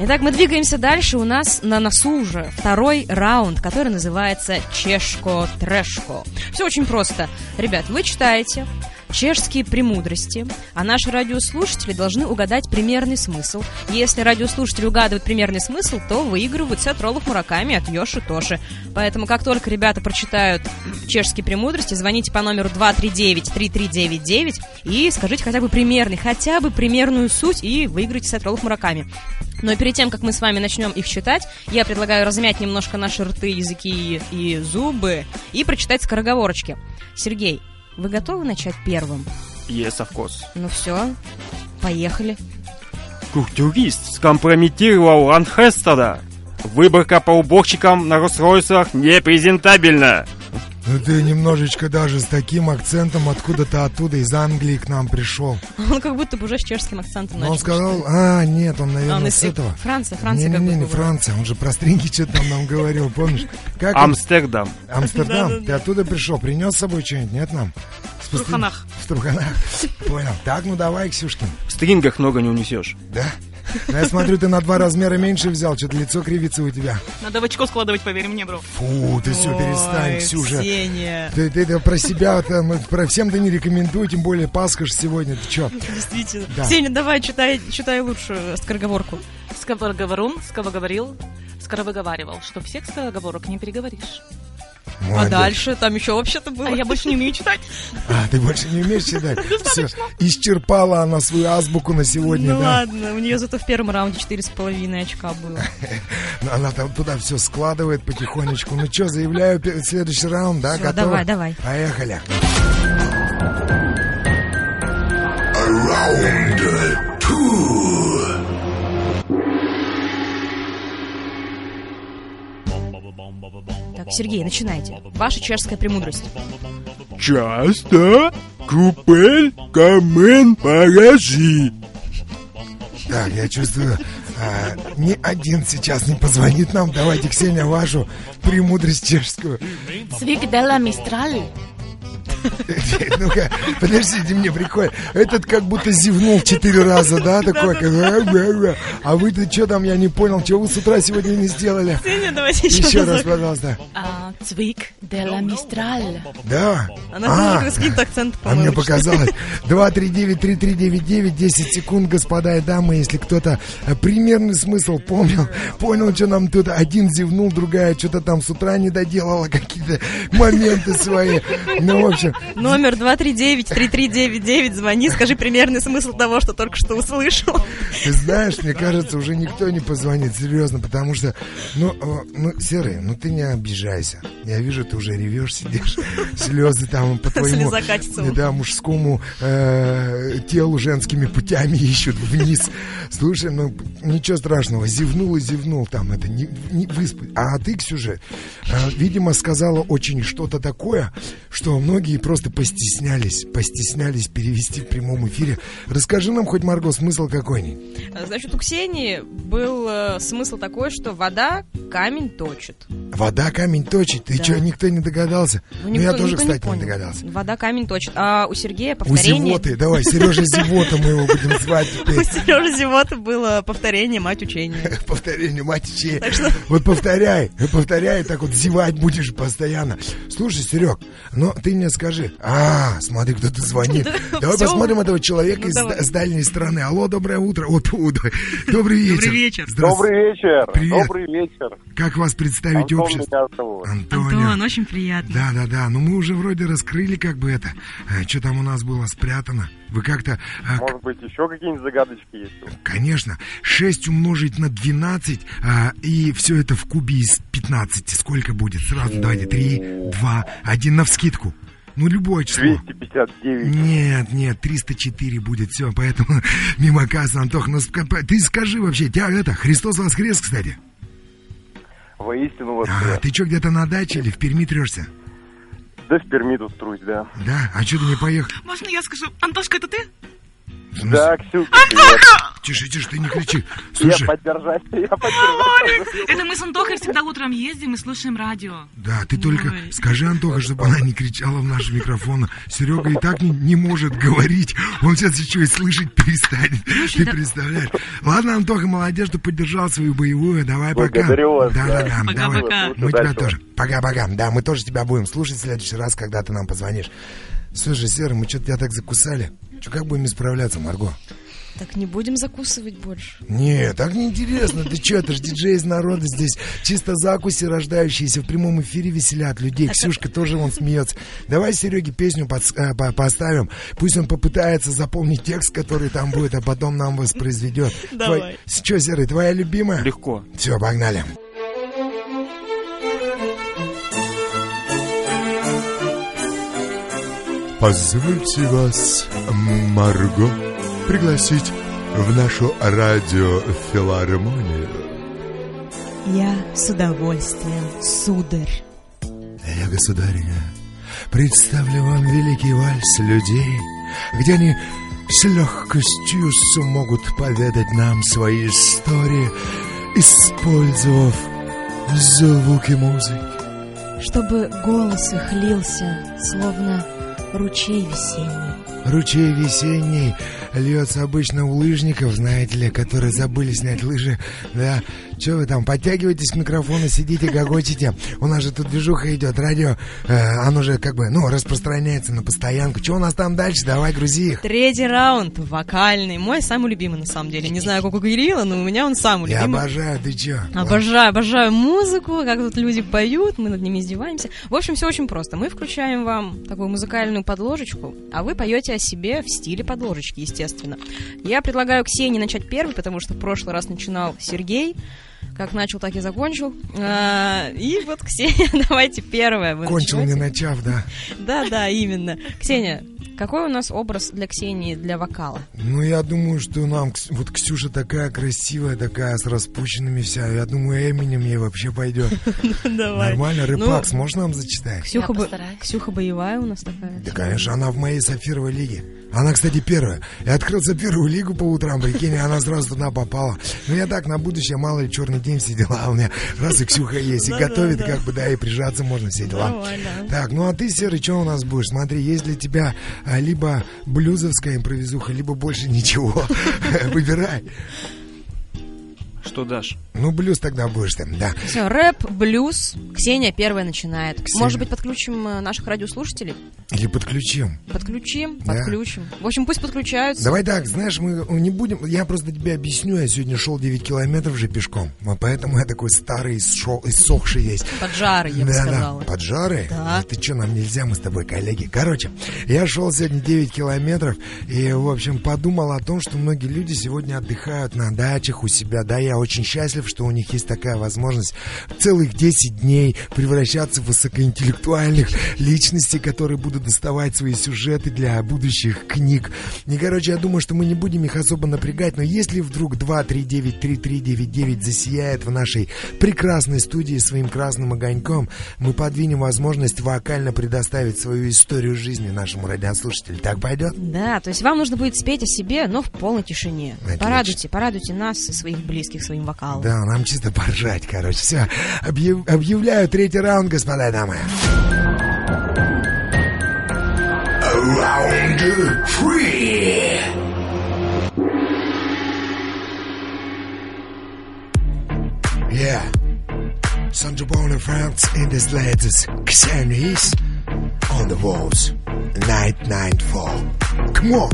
[SPEAKER 1] Итак, мы двигаемся дальше. У нас на носу уже второй раунд, который называется «Чешко-трэшко». Все очень просто. Ребят, вы читаете чешские премудрости, а наши радиослушатели должны угадать примерный смысл. Если радиослушатели угадывают примерный смысл, то выигрывают сет роллов Мураками от Йоши Тоши. Поэтому, как только ребята прочитают чешские премудрости, звоните по номеру 239-3399 и скажите хотя бы примерный, хотя бы примерную суть и выиграйте сет роллов Мураками. Но перед тем, как мы с вами начнем их читать, я предлагаю размять немножко наши рты, языки и зубы и прочитать скороговорочки. Сергей, вы готовы начать первым?
[SPEAKER 3] Yes, of course.
[SPEAKER 1] Ну все, поехали.
[SPEAKER 3] Культурист скомпрометировал Ланхестера. Выборка по уборщикам на Росройсах непрезентабельна.
[SPEAKER 2] Ну ты немножечко даже с таким акцентом откуда-то оттуда из Англии к нам пришел.
[SPEAKER 1] Он как будто бы уже с чешским акцентом
[SPEAKER 2] Но
[SPEAKER 1] начал.
[SPEAKER 2] он сказал, а, нет, он,
[SPEAKER 1] А, он
[SPEAKER 2] наверное,
[SPEAKER 1] из
[SPEAKER 2] с этого.
[SPEAKER 1] Франция, Франция как
[SPEAKER 2] Не-не-не,
[SPEAKER 1] будто
[SPEAKER 2] не
[SPEAKER 1] бы.
[SPEAKER 2] Франция, он же про стринги что-то там нам говорил, помнишь? Как он?
[SPEAKER 3] Амстердам.
[SPEAKER 2] Амстердам, ты оттуда пришел, принес с собой что-нибудь, нет нам? В
[SPEAKER 4] Труханах.
[SPEAKER 2] В Труханах. Понял. Так, ну давай, Ксюшкин.
[SPEAKER 3] В стрингах много не унесешь.
[SPEAKER 2] Да? Да я смотрю, ты на два размера меньше взял, что-то лицо кривится у тебя.
[SPEAKER 4] Надо в очко складывать, поверь мне, бро.
[SPEAKER 2] Фу, ты все, перестань,
[SPEAKER 1] Ой,
[SPEAKER 2] Ксюша.
[SPEAKER 1] Ксения,
[SPEAKER 2] Ты, ты, ты про себя, там, про всем-то не рекомендую, тем более Пасха ж сегодня, ты чё?
[SPEAKER 1] действительно.
[SPEAKER 2] Да.
[SPEAKER 1] Ксения, давай, читай, читай лучше скороговорку.
[SPEAKER 4] Сковорговорун, сковорговорил, скоровыговаривал, что всех скороговорок не переговоришь.
[SPEAKER 1] А
[SPEAKER 2] Молодец.
[SPEAKER 1] дальше там еще вообще-то было.
[SPEAKER 4] А я больше не умею читать.
[SPEAKER 2] А, ты больше не умеешь читать? Все, исчерпала она свою азбуку на сегодня,
[SPEAKER 1] ну
[SPEAKER 2] да.
[SPEAKER 1] ладно, у нее зато в первом раунде 4,5 очка было.
[SPEAKER 2] Она там туда все складывает потихонечку. Ну чё, заявляю пе- следующий раунд, да,
[SPEAKER 1] Всё,
[SPEAKER 2] готова?
[SPEAKER 1] давай, давай.
[SPEAKER 2] Поехали.
[SPEAKER 1] Так, Сергей, начинайте. Ваша чешская премудрость.
[SPEAKER 3] Часто купель камен поражи.
[SPEAKER 2] Так, я чувствую, а, ни один сейчас не позвонит нам. Давайте, Ксения, вашу премудрость чешскую.
[SPEAKER 4] Свигдала мистрали.
[SPEAKER 2] Ну-ка, подождите, мне прикольно. Этот как будто зевнул четыре раза, да, такой? как «Ра-ра-ра». А вы-то что там, я не понял, чего вы с утра сегодня не сделали?
[SPEAKER 1] Ксения, давайте
[SPEAKER 2] Еще раз, пожалуйста.
[SPEAKER 1] А,
[SPEAKER 4] Цвик де ла мистраль.
[SPEAKER 2] Да.
[SPEAKER 1] Она
[SPEAKER 2] А,
[SPEAKER 1] с каким-то акцентом,
[SPEAKER 2] а мне
[SPEAKER 1] по-моему.
[SPEAKER 2] показалось. 239-3399, 10 секунд, господа и дамы. Если кто-то э, примерный смысл помнил, понял, что нам тут один зевнул, другая что-то там с утра не доделала, какие-то моменты свои. Ну, в общем,
[SPEAKER 1] Номер 239-3399, звони, скажи примерный смысл того, что только что услышал.
[SPEAKER 2] Ты знаешь, мне кажется, уже никто не позвонит, серьезно, потому что, ну, э, ну, Серый, ну ты не обижайся. Я вижу, ты уже ревешь, сидишь, слезы там по твоему,
[SPEAKER 1] Слеза катится.
[SPEAKER 2] э, да, мужскому э, телу женскими путями ищут вниз. Слушай, ну, ничего страшного, зевнул и зевнул там, это, не, не выспать. А ты, Ксюша, э, видимо, сказала очень что-то такое, что многие просто постеснялись, постеснялись перевести в прямом эфире. Расскажи нам хоть, Марго, смысл какой-нибудь.
[SPEAKER 1] Значит, у Ксении был э, смысл такой, что вода камень точит. Ну,
[SPEAKER 2] Вода камень точит. Ты
[SPEAKER 1] Да.
[SPEAKER 2] чё, никто не догадался?
[SPEAKER 1] Ну,
[SPEAKER 2] Ну,
[SPEAKER 1] никто-
[SPEAKER 2] я тоже,
[SPEAKER 1] никто не
[SPEAKER 2] кстати, не,
[SPEAKER 1] понял.
[SPEAKER 2] догадался.
[SPEAKER 1] Вода камень точит. А у Сергея
[SPEAKER 2] У
[SPEAKER 1] повторение...
[SPEAKER 2] зевоты, давай, Сережа Зевота мы его будем звать
[SPEAKER 1] У
[SPEAKER 2] теперь.
[SPEAKER 1] Сережи Зевота было повторение «Мать учения».
[SPEAKER 2] Повторение, мать чьей. Вот повторяй, повторяй, так вот зевать будешь постоянно. Слушай, Серег, ну ты мне скажи. А, смотри, кто-то звонит. Давай
[SPEAKER 1] всё.
[SPEAKER 2] посмотрим этого человека
[SPEAKER 1] Ну,
[SPEAKER 2] из
[SPEAKER 1] давай.
[SPEAKER 2] с дальней страны. Алло, доброе утро. О, тьфу, да. Добрый вечер. Добрый вечер.
[SPEAKER 6] Добрый вечер.
[SPEAKER 2] Привет.
[SPEAKER 6] Добрый вечер.
[SPEAKER 2] Как вас представить? О, общества.
[SPEAKER 6] меня зовут.
[SPEAKER 2] Антонио.
[SPEAKER 1] очень приятно.
[SPEAKER 2] Да, да, да. Ну мы уже вроде раскрыли как бы это. э, Что там у нас было спрятано? Вы как-то... э, к-
[SPEAKER 6] Может быть, еще какие-нибудь загадочки есть? у вас?
[SPEAKER 2] Конечно, 6 умножить на 12, а, и все это в кубе из 15. Сколько будет? Сразу давайте 3, 2, 1 на вскидку. Ну, любое число.
[SPEAKER 6] 259.
[SPEAKER 2] Нет, нет, 304 будет, все, поэтому мимо кассы, Антох, ну, ск- ты скажи вообще, тебя это, Христос воскрес, кстати.
[SPEAKER 6] Воистину
[SPEAKER 2] А,
[SPEAKER 6] воскрес.
[SPEAKER 2] ты что, где-то на даче или в Перми трешься?
[SPEAKER 6] Да в Перми тут трусь, да.
[SPEAKER 2] Да? А что ты не поехал?
[SPEAKER 4] Можно я скажу? Антошка, это ты?
[SPEAKER 2] В
[SPEAKER 3] Ну,
[SPEAKER 2] смысле?
[SPEAKER 6] Да, Ксюша, привет.
[SPEAKER 2] Тише, тише, ты не кричи.
[SPEAKER 6] Я
[SPEAKER 2] Слушай,
[SPEAKER 6] поддержать, я поддержать.
[SPEAKER 4] Это мы с Антохой всегда утром ездим и слушаем радио.
[SPEAKER 2] да, ты только
[SPEAKER 4] Ой.
[SPEAKER 2] скажи, Антоха, чтобы она не кричала в наш микрофон. Серега и так не, не может говорить. Он сейчас еще и слышать перестанет. Ты представляешь? Ладно, Антоха, молодец, что поддержал свою боевую. Давай, пока.
[SPEAKER 6] Благодарю вас,
[SPEAKER 2] Да,
[SPEAKER 6] да.
[SPEAKER 2] да, да.
[SPEAKER 4] Пока-пока.
[SPEAKER 2] давай.
[SPEAKER 4] Пока.
[SPEAKER 2] Мы тебя
[SPEAKER 6] Удачи
[SPEAKER 2] тоже. Пока-пока. Да, мы тоже тебя будем слушать в следующий раз, когда ты нам позвонишь. Слушай, Сера, мы что-то тебя так закусали. Че, как будем исправляться, Марго?
[SPEAKER 5] Так не будем закусывать больше.
[SPEAKER 2] Не, так неинтересно. Ты че, это же диджей из народа здесь. Чисто закуси, рождающиеся в прямом эфире, веселят людей. Ксюшка тоже вон смеется. Давай Сереге песню подс- э, по- поставим. Пусть он попытается запомнить текст, который там будет, а потом нам воспроизведет. Давай. Че, Серый, твоя любимая?
[SPEAKER 3] Легко.
[SPEAKER 2] Все, погнали.
[SPEAKER 7] Позвольте вас, Марго, пригласить в нашу радиофилармонию.
[SPEAKER 5] Я с удовольствием, сударь.
[SPEAKER 7] Я, государиня,
[SPEAKER 2] Э, Представлю вам великий вальс людей, где они с легкостью смогут поведать нам свои истории, использовав звуки музыки.
[SPEAKER 5] Чтобы голос их лился, словно ручей весенний.
[SPEAKER 2] Ручей весенний льется обычно у лыжников, знаете ли, которые забыли снять лыжи. Да, что вы там, подтягиваетесь к микрофону, сидите, гогочите. У нас же тут движуха идет, радио, э, оно же как бы, ну, распространяется на постоянку. Что у нас там дальше? Давай, грузи их.
[SPEAKER 1] Третий раунд, вокальный. Мой самый любимый, на самом деле. Не знаю, как у Кирилла, но у меня он самый
[SPEAKER 2] Я
[SPEAKER 1] любимый.
[SPEAKER 2] обожаю, ты чё?
[SPEAKER 1] Обожаю, обожаю музыку, как тут люди поют, мы над ними издеваемся. В общем, все очень просто. Мы включаем вам такую музыкальную подложечку, а вы поете о себе в стиле подложечки, естественно. Я предлагаю Ксении начать первой, потому что в прошлый раз начинал Сергей. Как начал, так и закончил. А, И вот, Ксения, давайте первая. вы
[SPEAKER 2] Кончил не
[SPEAKER 1] начинаете.
[SPEAKER 2] начав, да.
[SPEAKER 1] Да, да, именно. Ксения, какой у нас образ для Ксении для вокала?
[SPEAKER 2] Ну, я думаю, что нам... Кс- Вот Ксюша такая красивая, такая с распущенными вся. Я думаю, Эминем ей вообще пойдет.
[SPEAKER 1] Давай.
[SPEAKER 2] Нормально,
[SPEAKER 1] Ну-
[SPEAKER 2] Репакс, можешь нам зачитать?
[SPEAKER 1] Ксюха,
[SPEAKER 4] Я
[SPEAKER 1] Бо-
[SPEAKER 4] постараюсь.
[SPEAKER 1] Ксюха боевая у нас такая.
[SPEAKER 2] Да, конечно, она в моей сапфировой лиге. Она, кстати, первая. Я открыл сапфировую лигу по утрам, прикинь, и она сразу туда попала. Но я так, на будущее, мало ли, черный день все дела у меня. Раз и Ксюха есть, и готовит, как бы, да, и прижаться можно все дела.
[SPEAKER 1] Давай, да.
[SPEAKER 2] Так, ну а ты, Серый, что у нас будешь? Смотри, есть для тебя а, либо блюзовская импровизуха, либо больше ничего. Выбирай.
[SPEAKER 3] Что дашь?
[SPEAKER 2] Ну, блюз тогда будешь ты, да.
[SPEAKER 1] Все, рэп, блюз. Ксения первая начинает.
[SPEAKER 2] Ксения.
[SPEAKER 1] Может быть, подключим э, наших радиослушателей?
[SPEAKER 2] Или подключим.
[SPEAKER 1] Подключим,
[SPEAKER 2] Да.
[SPEAKER 1] подключим. В общем, пусть подключаются.
[SPEAKER 2] Давай так, знаешь, мы не будем... Я просто тебе объясню, я сегодня шел 9 километров же пешком, а поэтому я такой старый, сшо- иссохший весь.
[SPEAKER 1] Поджары, я бы
[SPEAKER 2] Да-да,
[SPEAKER 1] сказала.
[SPEAKER 2] Поджары?
[SPEAKER 1] Да.
[SPEAKER 2] Ну Ты что, нам нельзя, мы с тобой коллеги. Короче, я шел сегодня 9 километров и, в общем, подумал о том, что многие люди сегодня отдыхают на дачах у себя. Да, я очень счастлив, что у них есть такая возможность целых 10 дней превращаться в высокоинтеллектуальных личностей, которые будут доставать свои сюжеты для будущих книг. И, короче, я думаю, что мы не будем их особо напрягать, но если вдруг 2393399 засияет в нашей прекрасной студии своим красным огоньком, мы подвинем возможность вокально предоставить свою историю жизни нашему радиослушателю. Так пойдет?
[SPEAKER 1] Да, то есть вам нужно будет спеть о себе, но в полной тишине.
[SPEAKER 2] Отлично.
[SPEAKER 1] Порадуйте, порадуйте нас и своих близких своим вокалом.
[SPEAKER 2] Да, нам чисто поржать, короче. Все, объявляю третий раунд, господа и дамы. Yeah. Sandra Bonner France in this latest Xenia is on the walls. Night, night, fall. Come on.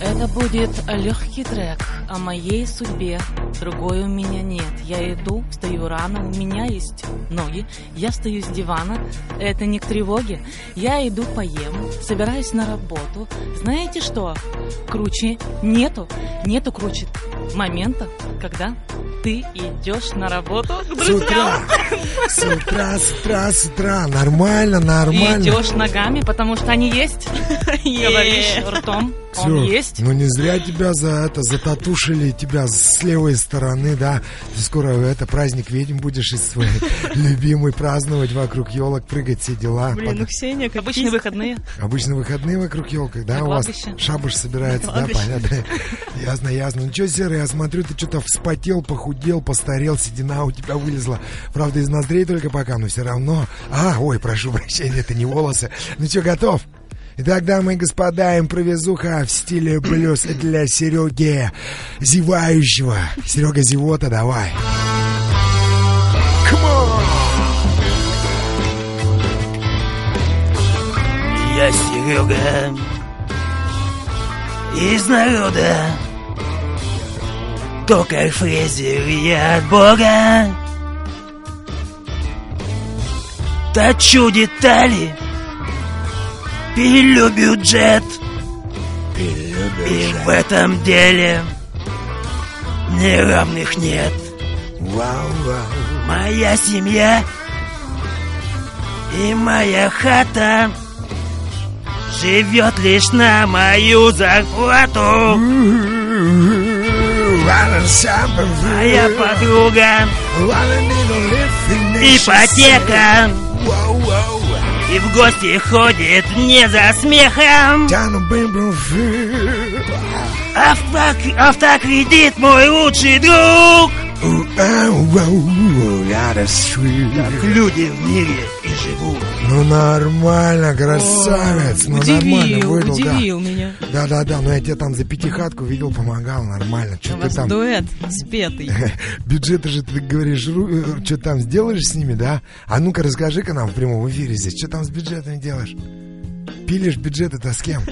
[SPEAKER 4] Это будет легкий трек о моей судьбе, другой у меня нет. Я иду, встаю рано, у меня есть ноги. Я встаю с дивана, это не к тревоге. Я иду поем, собираюсь на работу. Знаете что? Круче нету, нету круче момента, когда ты идешь на работу к
[SPEAKER 2] С утра,
[SPEAKER 4] друзьям.
[SPEAKER 2] с утра, с утра, с утра. Нормально, нормально.
[SPEAKER 4] И идешь ногами, потому что они есть. Говоришь ртом, он
[SPEAKER 2] Всё.
[SPEAKER 4] есть.
[SPEAKER 2] Ну не зря тебя за это зататушили тебя с левой стороны, да. Ты скоро это праздник ведьм будешь и свой любимый праздновать вокруг елок, прыгать все дела.
[SPEAKER 1] Блин, ну
[SPEAKER 2] Под-
[SPEAKER 1] Ксения, как
[SPEAKER 4] Обычные выходные.
[SPEAKER 2] Обычно выходные вокруг елок, да,
[SPEAKER 4] На
[SPEAKER 2] у вас
[SPEAKER 4] кладбище.
[SPEAKER 2] шабаш собирается, да,
[SPEAKER 1] кладбище.
[SPEAKER 2] понятно. Ясно, ясно. Ну что, Серый, я смотрю, ты что-то вспотел, похудел, постарел, седина у тебя вылезла. Правда, из ноздрей только пока, но все равно. А, ой, прошу прощения, это не волосы. Ну что, готов? Итак, дамы и господа, импровизуха в стиле плюс для Сереги зевающего. Серега зевота, давай.
[SPEAKER 8] Я Серега из народа. Токарь фрезер я от Бога. Точу детали. Пилю бюджет. И в этом деле неравных нет.
[SPEAKER 2] Вау, вау.
[SPEAKER 8] Моя семья и моя хата живет лишь на мою зарплату.
[SPEAKER 4] А
[SPEAKER 8] Моя подруга ипотека
[SPEAKER 2] Вау, вау.
[SPEAKER 8] и в гости ходит не за смехом.
[SPEAKER 2] Down the Bimbroom.
[SPEAKER 8] Авток- автокредит мой лучший друг. Люди в мире и живут.
[SPEAKER 2] Ну нормально, красавец. Ну нормально
[SPEAKER 1] удивил,
[SPEAKER 2] выдал, да.
[SPEAKER 1] удивил меня.
[SPEAKER 2] Да-да-да, но я тебя там за пятихатку видел, помогал, нормально.
[SPEAKER 1] У
[SPEAKER 2] Что ты
[SPEAKER 1] вас
[SPEAKER 2] там?
[SPEAKER 1] дуэт спетый.
[SPEAKER 2] Бюджеты же, ты говоришь, э, что там сделаешь с ними, да? А ну-ка расскажи-ка нам в прямом эфире здесь, что там с бюджетами делаешь? Пилишь бюджеты-то с кем?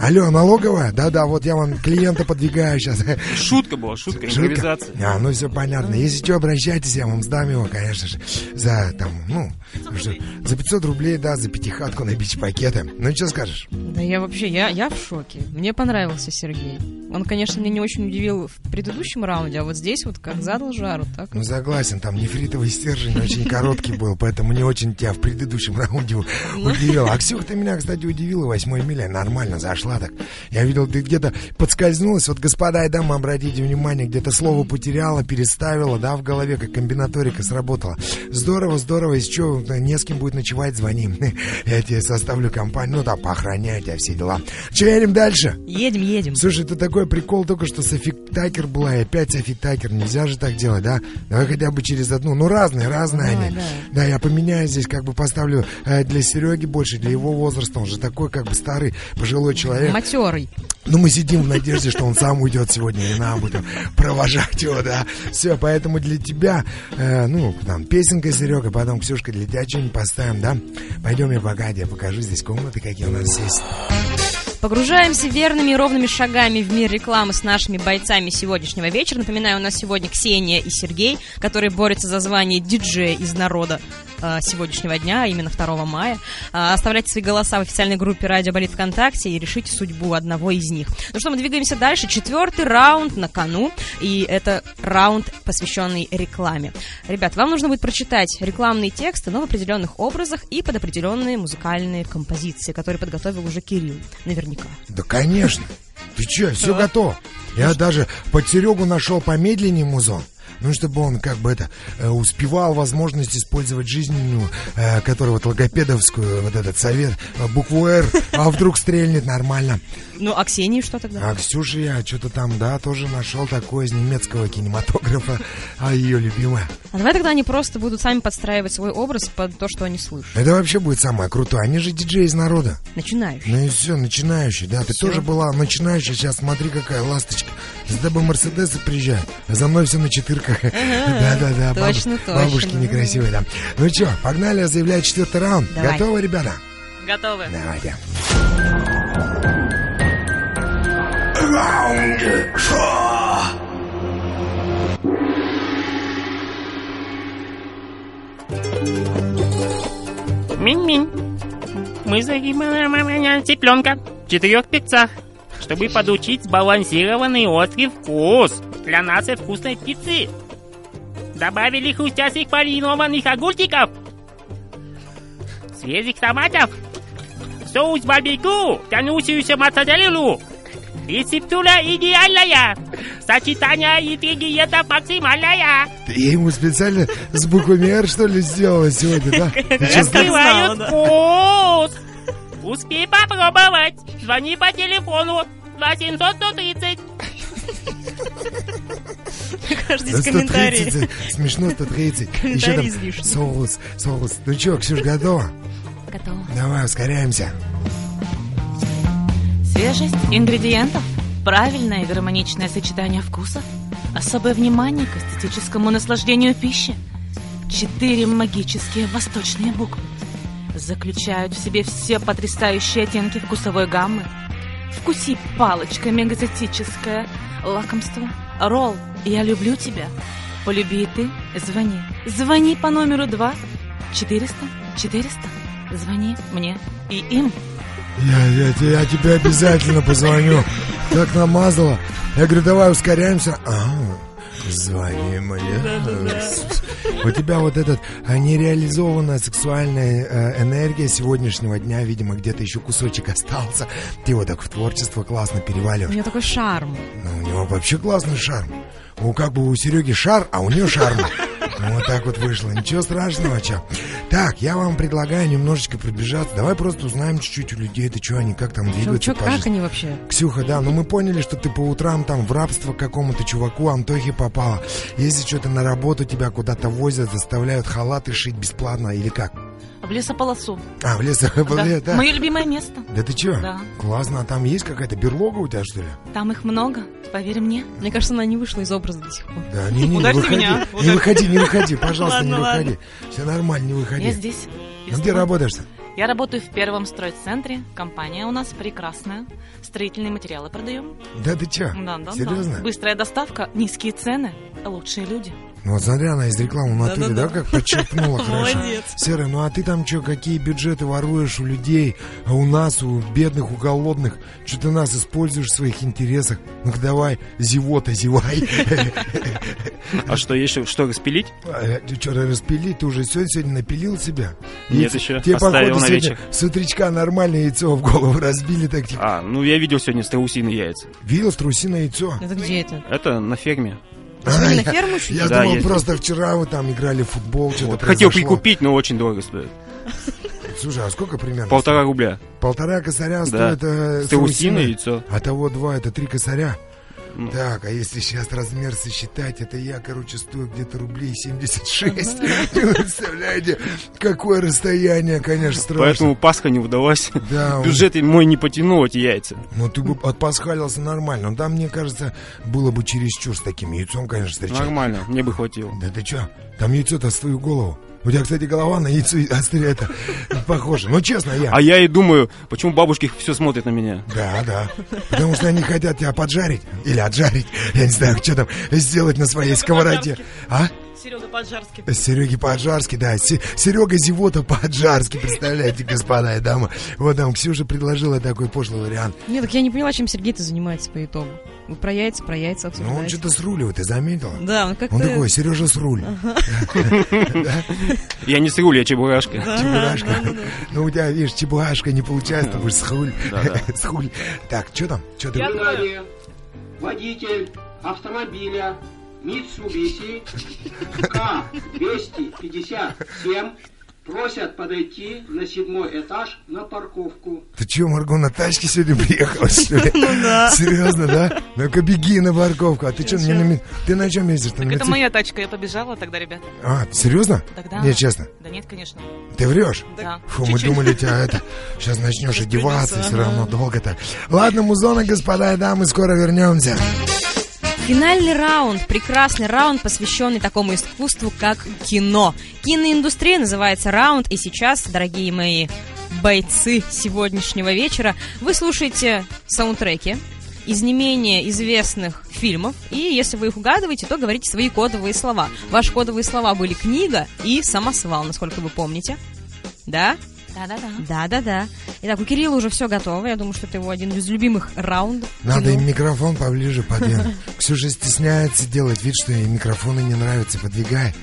[SPEAKER 2] Алло, налоговая? Да-да, вот я вам клиента подвигаю сейчас.
[SPEAKER 3] Шутка была, шутка,
[SPEAKER 2] Шутка?
[SPEAKER 3] импровизация.
[SPEAKER 2] А, ну все понятно. Если что, обращайтесь, я вам сдам его, конечно же, за там, ну, что- за 500 рублей, да, за пятихатку на бич-пакеты. Ну, что скажешь?
[SPEAKER 1] Да я вообще, я, я в шоке. Мне понравился Сергей. Он, конечно, меня не очень удивил в предыдущем раунде, а вот здесь вот как задал жару, так
[SPEAKER 2] Ну, согласен, там нефритовый стержень очень короткий был, поэтому не очень тебя в предыдущем раунде у- удивил. А Ксюха, ты меня, кстати, удивила, восьмой миля, нормально зашла так. Я видел, ты где-то подскользнулась, вот, господа и дамы, обратите внимание, где-то слово потеряла, переставила, да, в голове, как комбинаторика сработала. Здорово, здорово, если что, не с кем будет ночевать, звони. Я тебе составлю компанию, ну, да, поохраняю тебя, все дела. Че, едем дальше?
[SPEAKER 1] Едем, едем.
[SPEAKER 2] Слушай, это такой прикол только что Софи Такер была, и опять Софи Такер. Нельзя же так делать, да? Давай хотя бы через одну. Ну, разные, разные
[SPEAKER 1] Давай,
[SPEAKER 2] они.
[SPEAKER 1] да.
[SPEAKER 2] Да, я поменяю здесь, как бы поставлю э, для Сереги больше, для его возраста. Он же такой, как бы старый, пожилой человек.
[SPEAKER 1] Матерый.
[SPEAKER 2] Ну, мы сидим в надежде, что он сам уйдет сегодня, и нам будем провожать его, да. Все, поэтому для тебя, э, ну, там, песенка, Серега, потом, Ксюшка, для тебя что-нибудь поставим, да? Пойдем я пока, я покажу здесь комнаты, какие у нас есть.
[SPEAKER 1] Погружаемся верными и ровными шагами в мир рекламы с нашими бойцами сегодняшнего вечера. Напоминаю, у нас сегодня Ксения и Сергей, которые борются за звание диджея из народа э, сегодняшнего дня, а именно 2 мая. А, оставляйте свои голоса в официальной группе «Радио Болит ВКонтакте» и решите судьбу одного из них. Ну что, мы двигаемся дальше. Четвертый раунд на кону, и это раунд, посвященный рекламе. Ребят, вам нужно будет прочитать рекламные тексты, но в определенных образах и под определенные музыкальные композиции, которые подготовил уже Кирилл, наверняка.
[SPEAKER 2] Да, конечно. Ты че, все готово. Я даже под Серегу нашел помедленнее музон. Ну, чтобы он как бы это э, успевал возможность использовать жизненную, э, которая вот логопедовскую, вот этот совет, э, букву «Р», а вдруг стрельнет нормально.
[SPEAKER 1] Ну, а Ксении что тогда?
[SPEAKER 2] А Ксюша я что-то там, да, тоже нашел такое из немецкого кинематографа, а ее любимая.
[SPEAKER 1] А давай тогда они просто будут сами подстраивать свой образ под то, что они слышат.
[SPEAKER 2] Это вообще будет самое крутое, они же диджеи из народа.
[SPEAKER 1] Начинающие.
[SPEAKER 2] Ну и все, начинающий, да. Ты тоже была начинающая, сейчас смотри, какая ласточка. За тобой Мерседесы приезжают, а за мной все на четырках. Да-да-да, бабуш-
[SPEAKER 1] точно, точно.
[SPEAKER 2] бабушки некрасивые, да. Ну что, погнали, я заявляю четвертый раунд.
[SPEAKER 1] Давай.
[SPEAKER 2] Готовы, ребята?
[SPEAKER 4] Готовы.
[SPEAKER 2] Давайте.
[SPEAKER 9] Минь-минь. Мы загибаем цыпленка в четырех пиццах, чтобы подучить сбалансированный острый вкус для нашей вкусной пиццы. Добавили хрустящих маринованных огурчиков, свежих томатов, соус барбекю, тянущуюся моцареллу. Рецептура идеальная, сочетание ингредиентов максимальное.
[SPEAKER 2] Я ему специально с буквами «Р» что ли сделала сегодня, да? Ты чё,
[SPEAKER 9] Открывают вкус! Успей попробовать! Звони по телефону 2730
[SPEAKER 1] Каждый
[SPEAKER 2] за
[SPEAKER 1] комментарий.
[SPEAKER 2] 130, э, смешно 130. Еще
[SPEAKER 1] Комментарий
[SPEAKER 2] там
[SPEAKER 1] излишний.
[SPEAKER 2] соус, соус. Ну чё, Ксюш, готова?
[SPEAKER 1] Готово.
[SPEAKER 2] Давай, ускоряемся.
[SPEAKER 4] Свежесть ингредиентов, правильное гармоничное сочетание вкусов, особое внимание к эстетическому наслаждению пищи. Четыре магические восточные буквы заключают в себе все потрясающие оттенки вкусовой гаммы. Вкуси палочками экзотическое лакомство. Ролл, я люблю тебя. Полюби и ты, звони. Звони по номеру 2 400 400. Звони мне и им.
[SPEAKER 2] Я, я те- я тебе обязательно позвоню. Так намазала. Я говорю, давай ускоряемся. А, звони мне. У тебя вот этот а, нереализованная сексуальная э, энергия сегодняшнего дня, видимо, где-то еще кусочек остался. Ты его так в творчество классно
[SPEAKER 1] У
[SPEAKER 2] переваливаешь.
[SPEAKER 1] меня такой шарм.
[SPEAKER 2] Ну, у него вообще классный шарм. Ну, как бы у Сереги шар, а у нее шарм. Ну, вот так вот вышло. Ничего страшного, чё. Так, я вам предлагаю немножечко пробежаться. Давай просто узнаем чуть-чуть у людей, это что они, как там
[SPEAKER 1] Чё,
[SPEAKER 2] двигаются
[SPEAKER 1] чё,
[SPEAKER 2] по
[SPEAKER 1] как
[SPEAKER 2] жизни.
[SPEAKER 1] они вообще?
[SPEAKER 2] Ксюха, да, но мы поняли, что ты по утрам там в рабство к какому-то чуваку Антохе попала. Если что-то на работу тебя куда-то возят, заставляют халаты шить бесплатно или как?
[SPEAKER 4] В лесополосу.
[SPEAKER 2] А, в лес, в лес, да?
[SPEAKER 4] Мое любимое место.
[SPEAKER 2] Да ты чё?
[SPEAKER 4] Да.
[SPEAKER 2] Классно, а там есть какая-то берлога у тебя, что ли?
[SPEAKER 4] Там их много, поверь мне.
[SPEAKER 1] Мне кажется, она не вышла из образа до сих пор.
[SPEAKER 2] Да,
[SPEAKER 4] Типа,
[SPEAKER 2] не, не, не
[SPEAKER 8] Ударьте
[SPEAKER 2] выходи,
[SPEAKER 8] меня,
[SPEAKER 2] не выходи, не выходи, пожалуйста, не
[SPEAKER 8] Ладно, ладно.
[SPEAKER 2] выходи. Все нормально, не
[SPEAKER 4] Я
[SPEAKER 2] выходи.
[SPEAKER 4] здесь. Я
[SPEAKER 2] Ну
[SPEAKER 4] с
[SPEAKER 2] где
[SPEAKER 4] тобой.
[SPEAKER 2] работаешь-то?
[SPEAKER 4] Я работаю в первом стройцентре. Компания у нас прекрасная. Строительные материалы продаем.
[SPEAKER 2] Да ты чё?
[SPEAKER 4] Да, да, да.
[SPEAKER 2] Серьезно?
[SPEAKER 4] Быстрая доставка, низкие цены, лучшие люди.
[SPEAKER 2] Ну вот смотри, она из рекламы в натуре, да,
[SPEAKER 8] Да-да-да.
[SPEAKER 2] как подчеркнула хорошо. Серый, ну а ты там что, какие бюджеты воруешь у людей, а у нас, у бедных, у голодных? Что ты нас используешь в своих интересах? Ну-ка давай, зевота, зевай.
[SPEAKER 3] А что, еще что распилить?
[SPEAKER 2] Э, Ты вчера распили, ты уже все сегодня напилил себя?
[SPEAKER 3] Нет
[SPEAKER 2] Яйца-
[SPEAKER 3] еще,
[SPEAKER 2] Тебе,
[SPEAKER 3] оставил
[SPEAKER 2] походу,
[SPEAKER 3] на
[SPEAKER 2] сегодня
[SPEAKER 3] вечер.
[SPEAKER 2] с утречка нормальное яйцо в голову разбили так типа.
[SPEAKER 3] А, ну я видел сегодня страусиные яйца.
[SPEAKER 2] Видел страусиное яйцо?
[SPEAKER 1] Это где это?
[SPEAKER 3] Это на ферме.
[SPEAKER 2] А,
[SPEAKER 1] На
[SPEAKER 2] я-
[SPEAKER 1] ферму чуть?
[SPEAKER 2] Я
[SPEAKER 3] Да,
[SPEAKER 2] думал,
[SPEAKER 3] есть.
[SPEAKER 2] просто вчера вы там играли в футбол, что-то
[SPEAKER 3] Вот. Хотел
[SPEAKER 2] произошло.
[SPEAKER 3] прикупить, но очень дорого стоит.
[SPEAKER 2] Слушай, а сколько примерно?
[SPEAKER 3] Полтора рубля.
[SPEAKER 2] стоит? Полтора косаря
[SPEAKER 3] Да.
[SPEAKER 2] стоит э,
[SPEAKER 3] Страусиное
[SPEAKER 2] страусиное.
[SPEAKER 3] яйцо.
[SPEAKER 2] А того два, это три косаря.
[SPEAKER 3] Ну.
[SPEAKER 2] Так, а если сейчас размер сосчитать, это я, короче, стою где-то рублей 76. Вы представляете, какое расстояние, конечно, страшно.
[SPEAKER 3] Поэтому Пасха не удалась.
[SPEAKER 2] Да, он-
[SPEAKER 3] Бюджет мой не потянул эти яйца.
[SPEAKER 2] ну ты бы отпасхалился нормально. Но там, мне кажется, было бы чересчур с таким яйцом, конечно, встречаться.
[SPEAKER 3] Нормально, мне бы хватило.
[SPEAKER 2] Да ты чё? Там яйцо-то с твою голову. У тебя, кстати, голова на яйцо от- это похоже. Ну, честно, я.
[SPEAKER 3] А я и думаю, почему бабушки все смотрят на меня?
[SPEAKER 2] Да, да. Потому что они хотят тебя поджарить или отжарить. Я не знаю, что там сделать на своей сковороде. А?
[SPEAKER 8] Серега Поджарский.
[SPEAKER 2] Сереги по-аджарски, да. Се- Серега Зевота по-аджарски, представляете, господа и дамы. Вот там Ксюша предложила такой пошлый вариант.
[SPEAKER 1] Нет, так я не поняла, чем Сергей-то занимается по итогу. Вы про яйца, про яйца
[SPEAKER 2] Ну, он
[SPEAKER 1] обсуждаете.
[SPEAKER 2] что-то с рулью, ты заметила?
[SPEAKER 1] Да, он как-то...
[SPEAKER 2] Он такой, Сережа с руль.
[SPEAKER 3] Я не сыруль, я чебурашка.
[SPEAKER 2] Чебурашка. Ну, у тебя, видишь, чебурашка не получается, ты будешь с хуль.
[SPEAKER 3] Да-да.
[SPEAKER 2] С хуль. Так, что там? Что ты?
[SPEAKER 10] Январе водитель автомобиля Mitsubishi А К-257 просят подойти на седьмой этаж на парковку.
[SPEAKER 2] Ты че, Марго, на тачке сегодня приехала, что ли? Ну да. Серьезно, да? Ну-ка беги на парковку. А ты что, мне на ми- Ты на чем ездишь? Ты на
[SPEAKER 4] Это
[SPEAKER 2] мотоцик-
[SPEAKER 4] моя тачка, я побежала тогда, ребят.
[SPEAKER 2] А, серьезно?
[SPEAKER 4] Тогда.
[SPEAKER 2] Не, честно.
[SPEAKER 4] Да нет, конечно.
[SPEAKER 2] Ты врешь?
[SPEAKER 4] Да.
[SPEAKER 2] Фу, мы думали, тебя это... Сейчас начнешь одеваться, и все равно долго так. Ладно, музона, господа и дамы, скоро вернемся.
[SPEAKER 1] Финальный раунд, прекрасный раунд, посвященный такому искусству, как кино. Киноиндустрия называется раунд, и сейчас, дорогие мои бойцы сегодняшнего вечера, вы слушаете саундтреки из не менее известных фильмов, и если вы их угадываете, то говорите свои кодовые слова. Ваши кодовые слова были книга и самосвал, насколько вы помните. Да?
[SPEAKER 4] Да-да-да.
[SPEAKER 1] Да-да-да. Итак, у Кирилла уже все готово. Я думаю, что это его один из любимых раундов.
[SPEAKER 2] Надо
[SPEAKER 1] Кирилл.
[SPEAKER 2] им микрофон поближе подвинуть. Ксюша стесняется делать вид, что ей микрофоны не нравятся. Подвигай.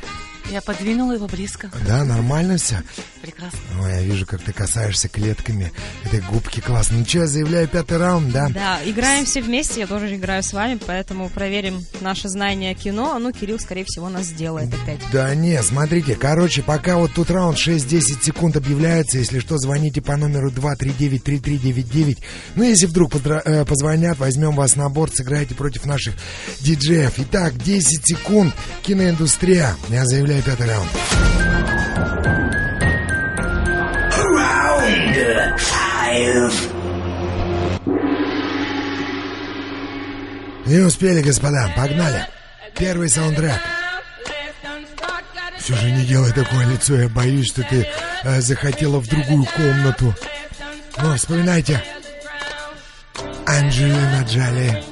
[SPEAKER 4] Я подвинула его близко.
[SPEAKER 2] Да, нормально все?
[SPEAKER 4] Прекрасно.
[SPEAKER 2] Ой, я вижу, как ты касаешься клетками этой губки. Классно. Ну что, я заявляю пятый раунд, да?
[SPEAKER 1] Да, играем все вместе, я тоже играю с вами, поэтому проверим наше знание кино. Ну, Кирилл, скорее всего, нас сделает опять.
[SPEAKER 2] Да не, смотрите, короче, пока вот тут раунд 6-10 секунд объявляется, если что, звоните по номеру 239-3399. Ну, если вдруг подра- э, позвонят, возьмем вас на борт, сыграете против наших диджеев. Итак, 10 секунд, киноиндустрия. Я заявляю пятый раунд.
[SPEAKER 8] Round five.
[SPEAKER 2] Не успели, господа, погнали. Первый саундтрек. Все же не делай такое лицо, я боюсь, что ты э, захотела в другую комнату. Ну, вспоминайте. Анджелина Джоли.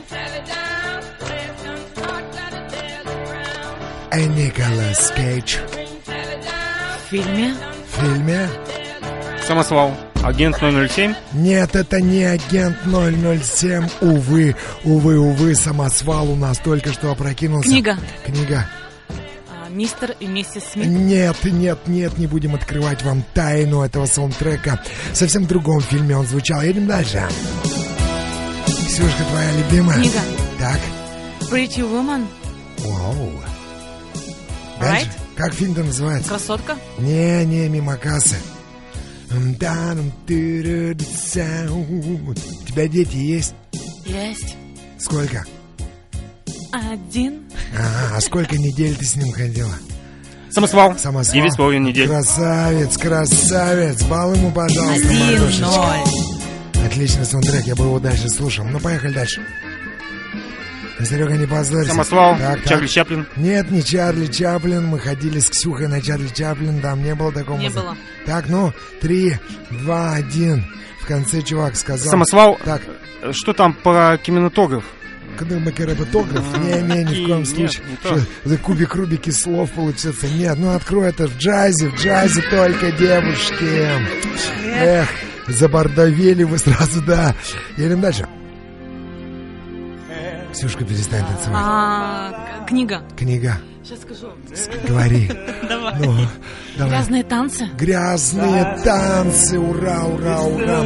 [SPEAKER 2] И Э, Николас Кейдж.
[SPEAKER 4] В фильме
[SPEAKER 2] В фильме?
[SPEAKER 3] Самосвал. Агент 007.
[SPEAKER 2] Нет, это не агент 007. Увы, увы, увы, самосвал у нас только что опрокинулся.
[SPEAKER 4] Книга.
[SPEAKER 2] Книга.
[SPEAKER 4] а, мистер и миссис Смит.
[SPEAKER 2] Нет, нет, нет, не будем открывать вам тайну этого саундтрека. В совсем другом фильме он звучал. Едем дальше. Ксюшка, твоя любимая.
[SPEAKER 4] Книга.
[SPEAKER 2] Так.
[SPEAKER 4] Pretty Woman.
[SPEAKER 2] Вау. Дальше. Как фильм-то называется?
[SPEAKER 4] Красотка.
[SPEAKER 2] Не, не, мимо кассы. М, да, м, тыры-дыса, у. У тебя дети есть?
[SPEAKER 4] Есть.
[SPEAKER 2] Сколько?
[SPEAKER 4] Один.
[SPEAKER 2] Ага, а сколько недель ты с ним ходила?
[SPEAKER 3] Самосвал.
[SPEAKER 2] Самосвал.
[SPEAKER 3] Девять с половиной недель.
[SPEAKER 2] Красавец, красавец. Бал ему, пожалуйста, Маргошечка. Отличный саундтрек, я бы его дальше слушал. Ну, поехали дальше. Серега, не позорься.
[SPEAKER 3] Самосвал.
[SPEAKER 2] Так, так.
[SPEAKER 3] Чарли Чаплин.
[SPEAKER 2] Нет, не Чарли Чаплин. Мы ходили с Ксюхой на Чарли Чаплин. Там не было такого.
[SPEAKER 4] Не
[SPEAKER 2] музы-
[SPEAKER 4] было.
[SPEAKER 2] Так, ну, три, два, один. В конце чувак сказал...
[SPEAKER 3] Самосвал.
[SPEAKER 2] Так,
[SPEAKER 3] Э, Что там про кинематограф?
[SPEAKER 2] когда мы карапотограф, не-не, ни в коем
[SPEAKER 3] Нет,
[SPEAKER 2] случае.
[SPEAKER 3] не то.
[SPEAKER 2] Что за кубик Рубики слов получится? Нет, ну открой это в джазе, в джазе только девушки. Эх, забордовели вы сразу, да. Едем дальше. Ксюшка, перестань танцевать.
[SPEAKER 4] А, к- книга.
[SPEAKER 2] Книга,
[SPEAKER 4] Сейчас скажу.
[SPEAKER 2] говори. Ну, давай.
[SPEAKER 4] Грязные танцы.
[SPEAKER 2] Грязные танцы, ура, ура, ура.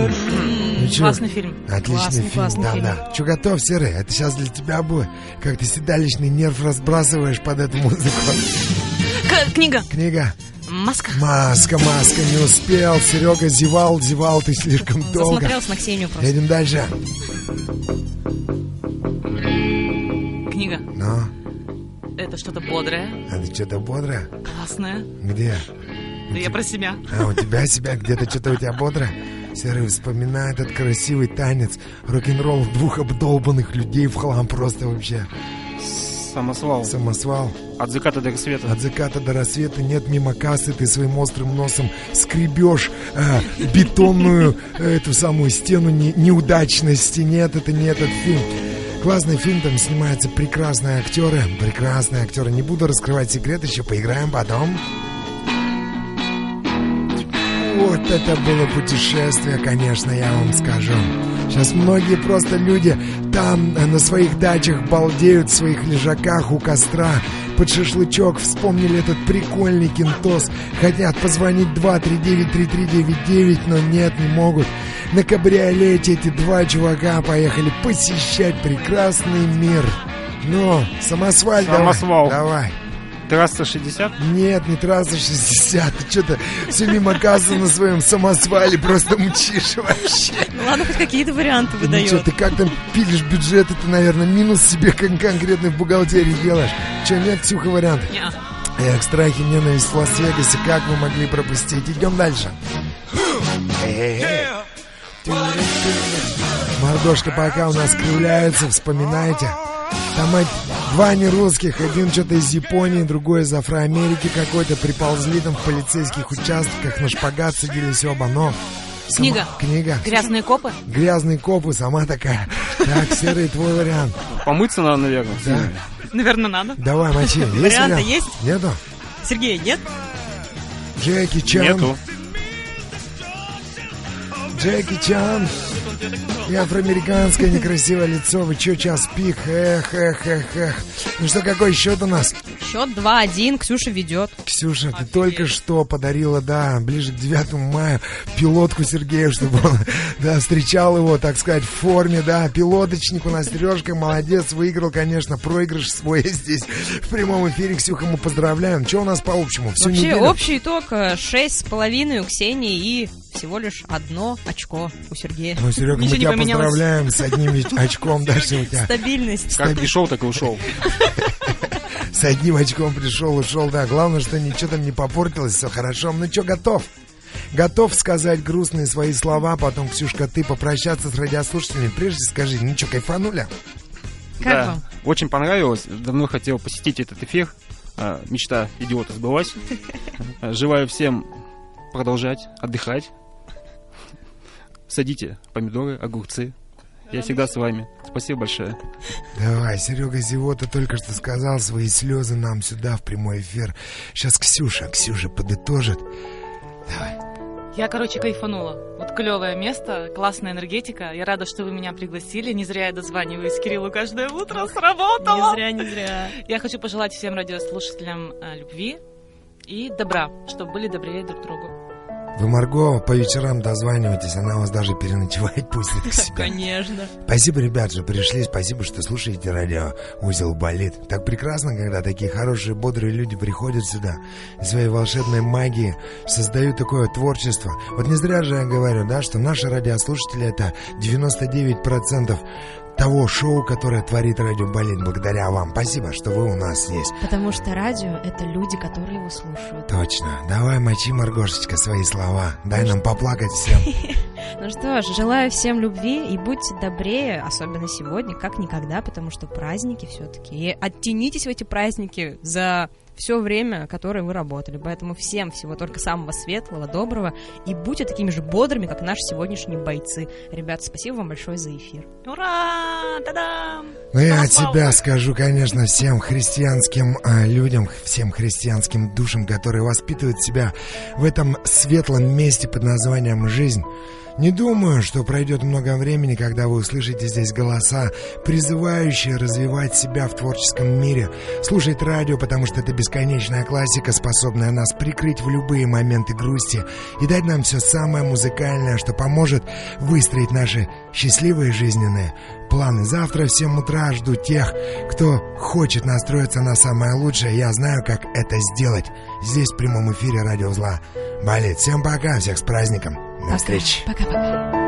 [SPEAKER 2] Ну чё,
[SPEAKER 4] Классный фильм.
[SPEAKER 2] Отличный
[SPEAKER 1] Классный,
[SPEAKER 2] фильм,
[SPEAKER 1] классный
[SPEAKER 2] да,
[SPEAKER 1] фильм.
[SPEAKER 2] да. Че готов, Серый? Это сейчас для тебя будет. Как ты седалищный нерв разбрасываешь под эту музыку.
[SPEAKER 4] К- книга.
[SPEAKER 2] Книга.
[SPEAKER 4] Маска.
[SPEAKER 2] Маска, маска, не успел. Серега зевал, зевал ты слишком долго.
[SPEAKER 1] Засмотрелся на Ксению просто.
[SPEAKER 2] Едем дальше.
[SPEAKER 4] Книга.
[SPEAKER 2] Ну,
[SPEAKER 4] Это что-то бодрое,
[SPEAKER 2] а ты что-то бодрое?
[SPEAKER 4] классное.
[SPEAKER 2] Где?
[SPEAKER 4] Да я про себя.
[SPEAKER 2] А у тебя себя где-то что-то у тебя бодро? Серый вспоминает этот красивый танец рок-н-ролл двух обдолбанных людей в хлам просто вообще.
[SPEAKER 3] Самосвал.
[SPEAKER 2] Самосвал.
[SPEAKER 3] От заката до рассвета.
[SPEAKER 2] От заката до рассвета нет мимо кассы, ты своим острым носом скребешь э, бетонную э, эту самую стену не, неудачности. Нет, это не этот фильм. Классный фильм, там снимаются прекрасные актеры. Прекрасные актеры. Не буду раскрывать секрет, еще поиграем потом. Вот это было путешествие, конечно, я вам скажу. Сейчас многие просто люди там э, на своих дачах балдеют в своих лежаках у костра. Под шашлычок вспомнили этот прикольный кентос. Хотят позвонить 239-3399, но нет, не могут. На кабриолете эти два чувака поехали посещать прекрасный мир. Ну, самосваль давай.
[SPEAKER 3] Самосвал.
[SPEAKER 2] Давай.
[SPEAKER 3] Трасса 60.
[SPEAKER 2] Нет, не трасса 60, ты что-то все мимо кассы на своем самосвале просто мчишь вообще.
[SPEAKER 1] Ну ладно, хоть какие-то варианты
[SPEAKER 2] Ну
[SPEAKER 1] выдает.
[SPEAKER 2] что, ты как там пилишь бюджеты, ты, наверное, минус себе кон- конкретно в бухгалтерии делаешь. Че, нет, Ксюха, вариант?
[SPEAKER 4] Неа.
[SPEAKER 2] Эх, страхи, ненависть в Лас-Вегасе, как вы могли пропустить? Идем дальше. Эй-эй-эй. Мордошка пока у нас кривляется, вспоминайте. Там эти два нерусских, один что-то из Японии, другой из Афроамерики какой-то, приползли там в полицейских участках, на шпагат садились оба, но... сама-
[SPEAKER 4] Книга.
[SPEAKER 2] Книга.
[SPEAKER 4] Грязные копы.
[SPEAKER 2] Грязный копы, сама такая. Так, Серый, твой вариант.
[SPEAKER 3] Помыться надо, наверное.
[SPEAKER 2] Да.
[SPEAKER 4] Наверное, надо.
[SPEAKER 2] Давай, мочи. Есть
[SPEAKER 1] Варианты
[SPEAKER 2] вариант?
[SPEAKER 1] есть?
[SPEAKER 2] Нету?
[SPEAKER 1] Сергей, нет?
[SPEAKER 2] Джеки Чан.
[SPEAKER 3] Нету.
[SPEAKER 2] Джеки Чан и афроамериканское некрасивое лицо. Вы чё, час пик? Эх, эх, эх, эх. Ну что, какой счет у нас?
[SPEAKER 1] Счет 2-1, Ксюша ведет.
[SPEAKER 2] Ксюша, ты только что подарила, да, ближе к 9 мая пилотку Сергею, чтобы он, да, встречал его, так сказать, в форме, да, пилоточник у нас Сережка, молодец, выиграл, конечно, проигрыш свой здесь в прямом эфире. Ксюха, мы поздравляем. Что у нас по общему? Всю
[SPEAKER 1] Вообще,
[SPEAKER 2] неделю?
[SPEAKER 1] общий итог э, шесть с половиной у Ксении и всего лишь одно очко у Сергея.
[SPEAKER 2] Ну, Серега, мы
[SPEAKER 1] Ничего не
[SPEAKER 2] тебя
[SPEAKER 1] поменялось.
[SPEAKER 2] поздравляем с одним ведь очком, да, что у тебя.
[SPEAKER 1] Стабильность.
[SPEAKER 3] Как пришел, так и ушел.
[SPEAKER 2] С одним очком пришел, ушел, да. Главное, что ничего там не попортилось, все хорошо. Ну что, готов? Готов сказать грустные свои слова, а потом, Ксюшка, ты попрощаться с радиослушателями. Прежде скажи, ну что, кайфануля?
[SPEAKER 1] Как
[SPEAKER 3] Да.
[SPEAKER 1] вам?
[SPEAKER 3] Очень понравилось. Давно хотел посетить этот эфир. А, Мечта идиота сбылась. А, Желаю всем продолжать отдыхать. Садите помидоры, огурцы. Я всегда с вами. Спасибо большое.
[SPEAKER 2] Давай, Серега Зевота только что сказал свои слезы нам сюда, в прямой эфир. Сейчас Ксюша, Ксюша подытожит.
[SPEAKER 4] Я, короче, кайфанула. Вот клевое место, классная энергетика. Я рада, что вы меня пригласили. Не зря я дозваниваюсь Кириллу каждое утро. Сработало!
[SPEAKER 11] Не зря, не зря.
[SPEAKER 4] Я хочу пожелать всем радиослушателям э, любви и добра, чтобы были добрее друг другу.
[SPEAKER 2] Вы, Марго, по вечерам дозванивайтесь, она вас даже переночевать пустит к себе.
[SPEAKER 11] Конечно.
[SPEAKER 2] Спасибо, ребят, что пришли. Спасибо, что слушаете радио «Узел болит». Так прекрасно, когда такие хорошие, бодрые люди приходят сюда и своей волшебной магией создают такое творчество. Вот не зря же я говорю, да, что наши радиослушатели — это 99% того шоу, которое творит радио «Болит» благодаря вам. Спасибо, что вы у нас есть.
[SPEAKER 5] Потому что радио — это люди, которые его слушают.
[SPEAKER 2] Точно. Давай мочи, Маргошечка, свои слова. Дай нам поплакать всем.
[SPEAKER 5] Ну что ж, желаю всем любви и будьте добрее, особенно сегодня, как никогда, потому что праздники все-таки.
[SPEAKER 1] И оттянитесь в эти праздники за все время, которое вы работали. Поэтому всем всего только самого светлого, доброго. И будьте такими же бодрыми, как наши сегодняшние бойцы. Ребята, спасибо вам большое за эфир.
[SPEAKER 4] Ура! Та-дам!
[SPEAKER 2] Ну, я от себя скажу, конечно, всем христианским а, людям, всем христианским душам, которые воспитывают себя в этом светлом месте под названием «Жизнь». Не думаю, что пройдет много времени, когда вы услышите здесь голоса, призывающие развивать себя в творческом мире, слушать радио, потому что это бесконечная классика, способная нас прикрыть в любые моменты грусти и дать нам все самое музыкальное, что поможет выстроить наши счастливые жизненные планы. Завтра в 7 утра жду тех, кто хочет настроиться на самое лучшее. Я знаю, как это сделать. Здесь в прямом эфире радио зла. Болит. Всем пока, всех с праздником. До встречи.
[SPEAKER 5] Пока-пока.